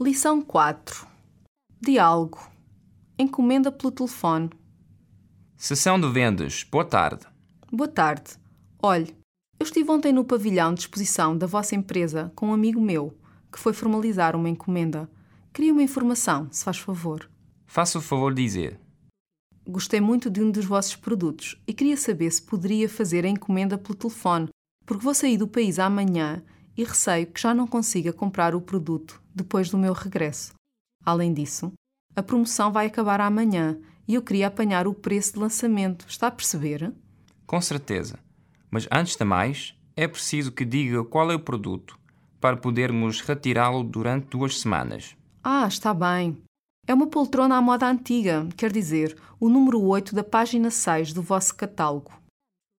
Lição 4. Diálogo. Encomenda pelo telefone. Sessão de vendas. Boa tarde. Boa tarde. Olhe, eu estive ontem no pavilhão de exposição da vossa empresa com um amigo meu que foi formalizar uma encomenda. Queria uma informação, se faz favor. Faça o favor de dizer. Gostei muito de um dos vossos produtos e queria saber se poderia fazer a encomenda pelo telefone, porque vou sair do país amanhã e receio que já não consiga comprar o produto depois do meu regresso. Além disso, a promoção vai acabar amanhã e eu queria apanhar o preço de lançamento. Está a perceber? Com certeza. Mas antes de mais, é preciso que diga qual é o produto para podermos retirá-lo durante duas semanas. Ah, está bem. É uma poltrona à moda antiga, quer dizer, o número 8 da página 6 do vosso catálogo.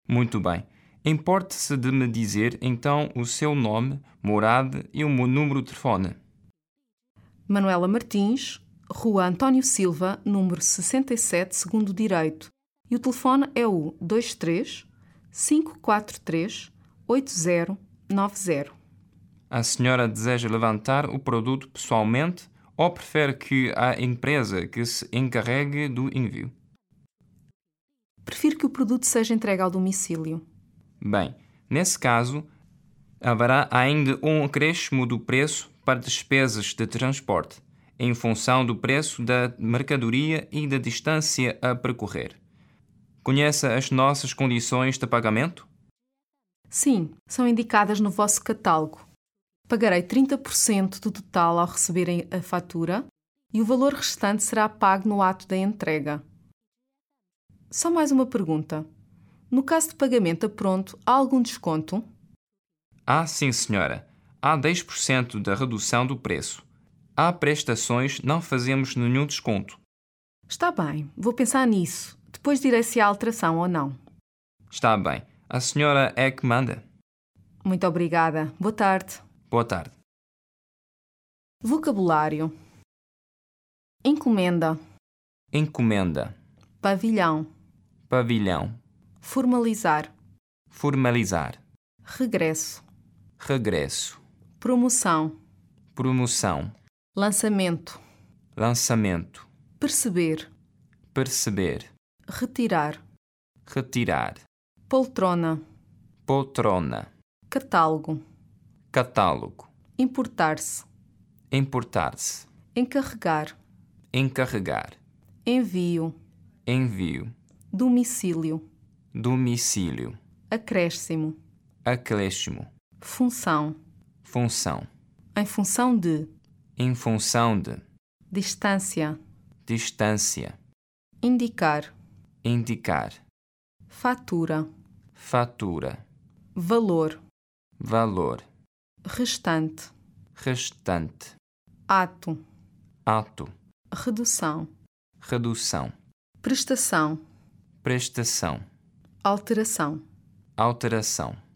Muito bem. Importe-se de me dizer então o seu nome, morada e o meu número de telefone. Manuela Martins, Rua António Silva, número 67, segundo direito. E o telefone é o 23 543 8090. A senhora deseja levantar o produto pessoalmente ou prefere que a empresa que se encarregue do envio? Prefiro que o produto seja entregue ao domicílio. Bem, nesse caso, haverá ainda um acréscimo do preço para despesas de transporte, em função do preço da mercadoria e da distância a percorrer. Conheça as nossas condições de pagamento? Sim, são indicadas no vosso catálogo. Pagarei 30% do total ao receberem a fatura e o valor restante será pago no ato da entrega. Só mais uma pergunta. No caso de pagamento a pronto, há algum desconto? Ah, sim, senhora. Há 10% da redução do preço. Há prestações, não fazemos nenhum desconto. Está bem, vou pensar nisso. Depois direi se há alteração ou não. Está bem. A senhora é que manda. Muito obrigada. Boa tarde. Boa tarde. Vocabulário: encomenda, Encomenda. pavilhão, Pavilhão. formalizar, Formalizar. regresso, Regresso. promoção, Promoção. lançamento, Lançamento. perceber, Perceber. retirar, Retirar. poltrona, Poltrona. catálogo, Catálogo. importar-se, Importar-se. encarregar, Encarregar. envio, Envio. domicílio, Domicílio. acréscimo, Acréscimo. função, Função. em função de, Em função de. distância, Distância. indicar, Indicar. fatura, Fatura. valor, Valor. restante, Restante. ato, Ato. redução. Redução. prestação, Prestação. alteração. Alteração.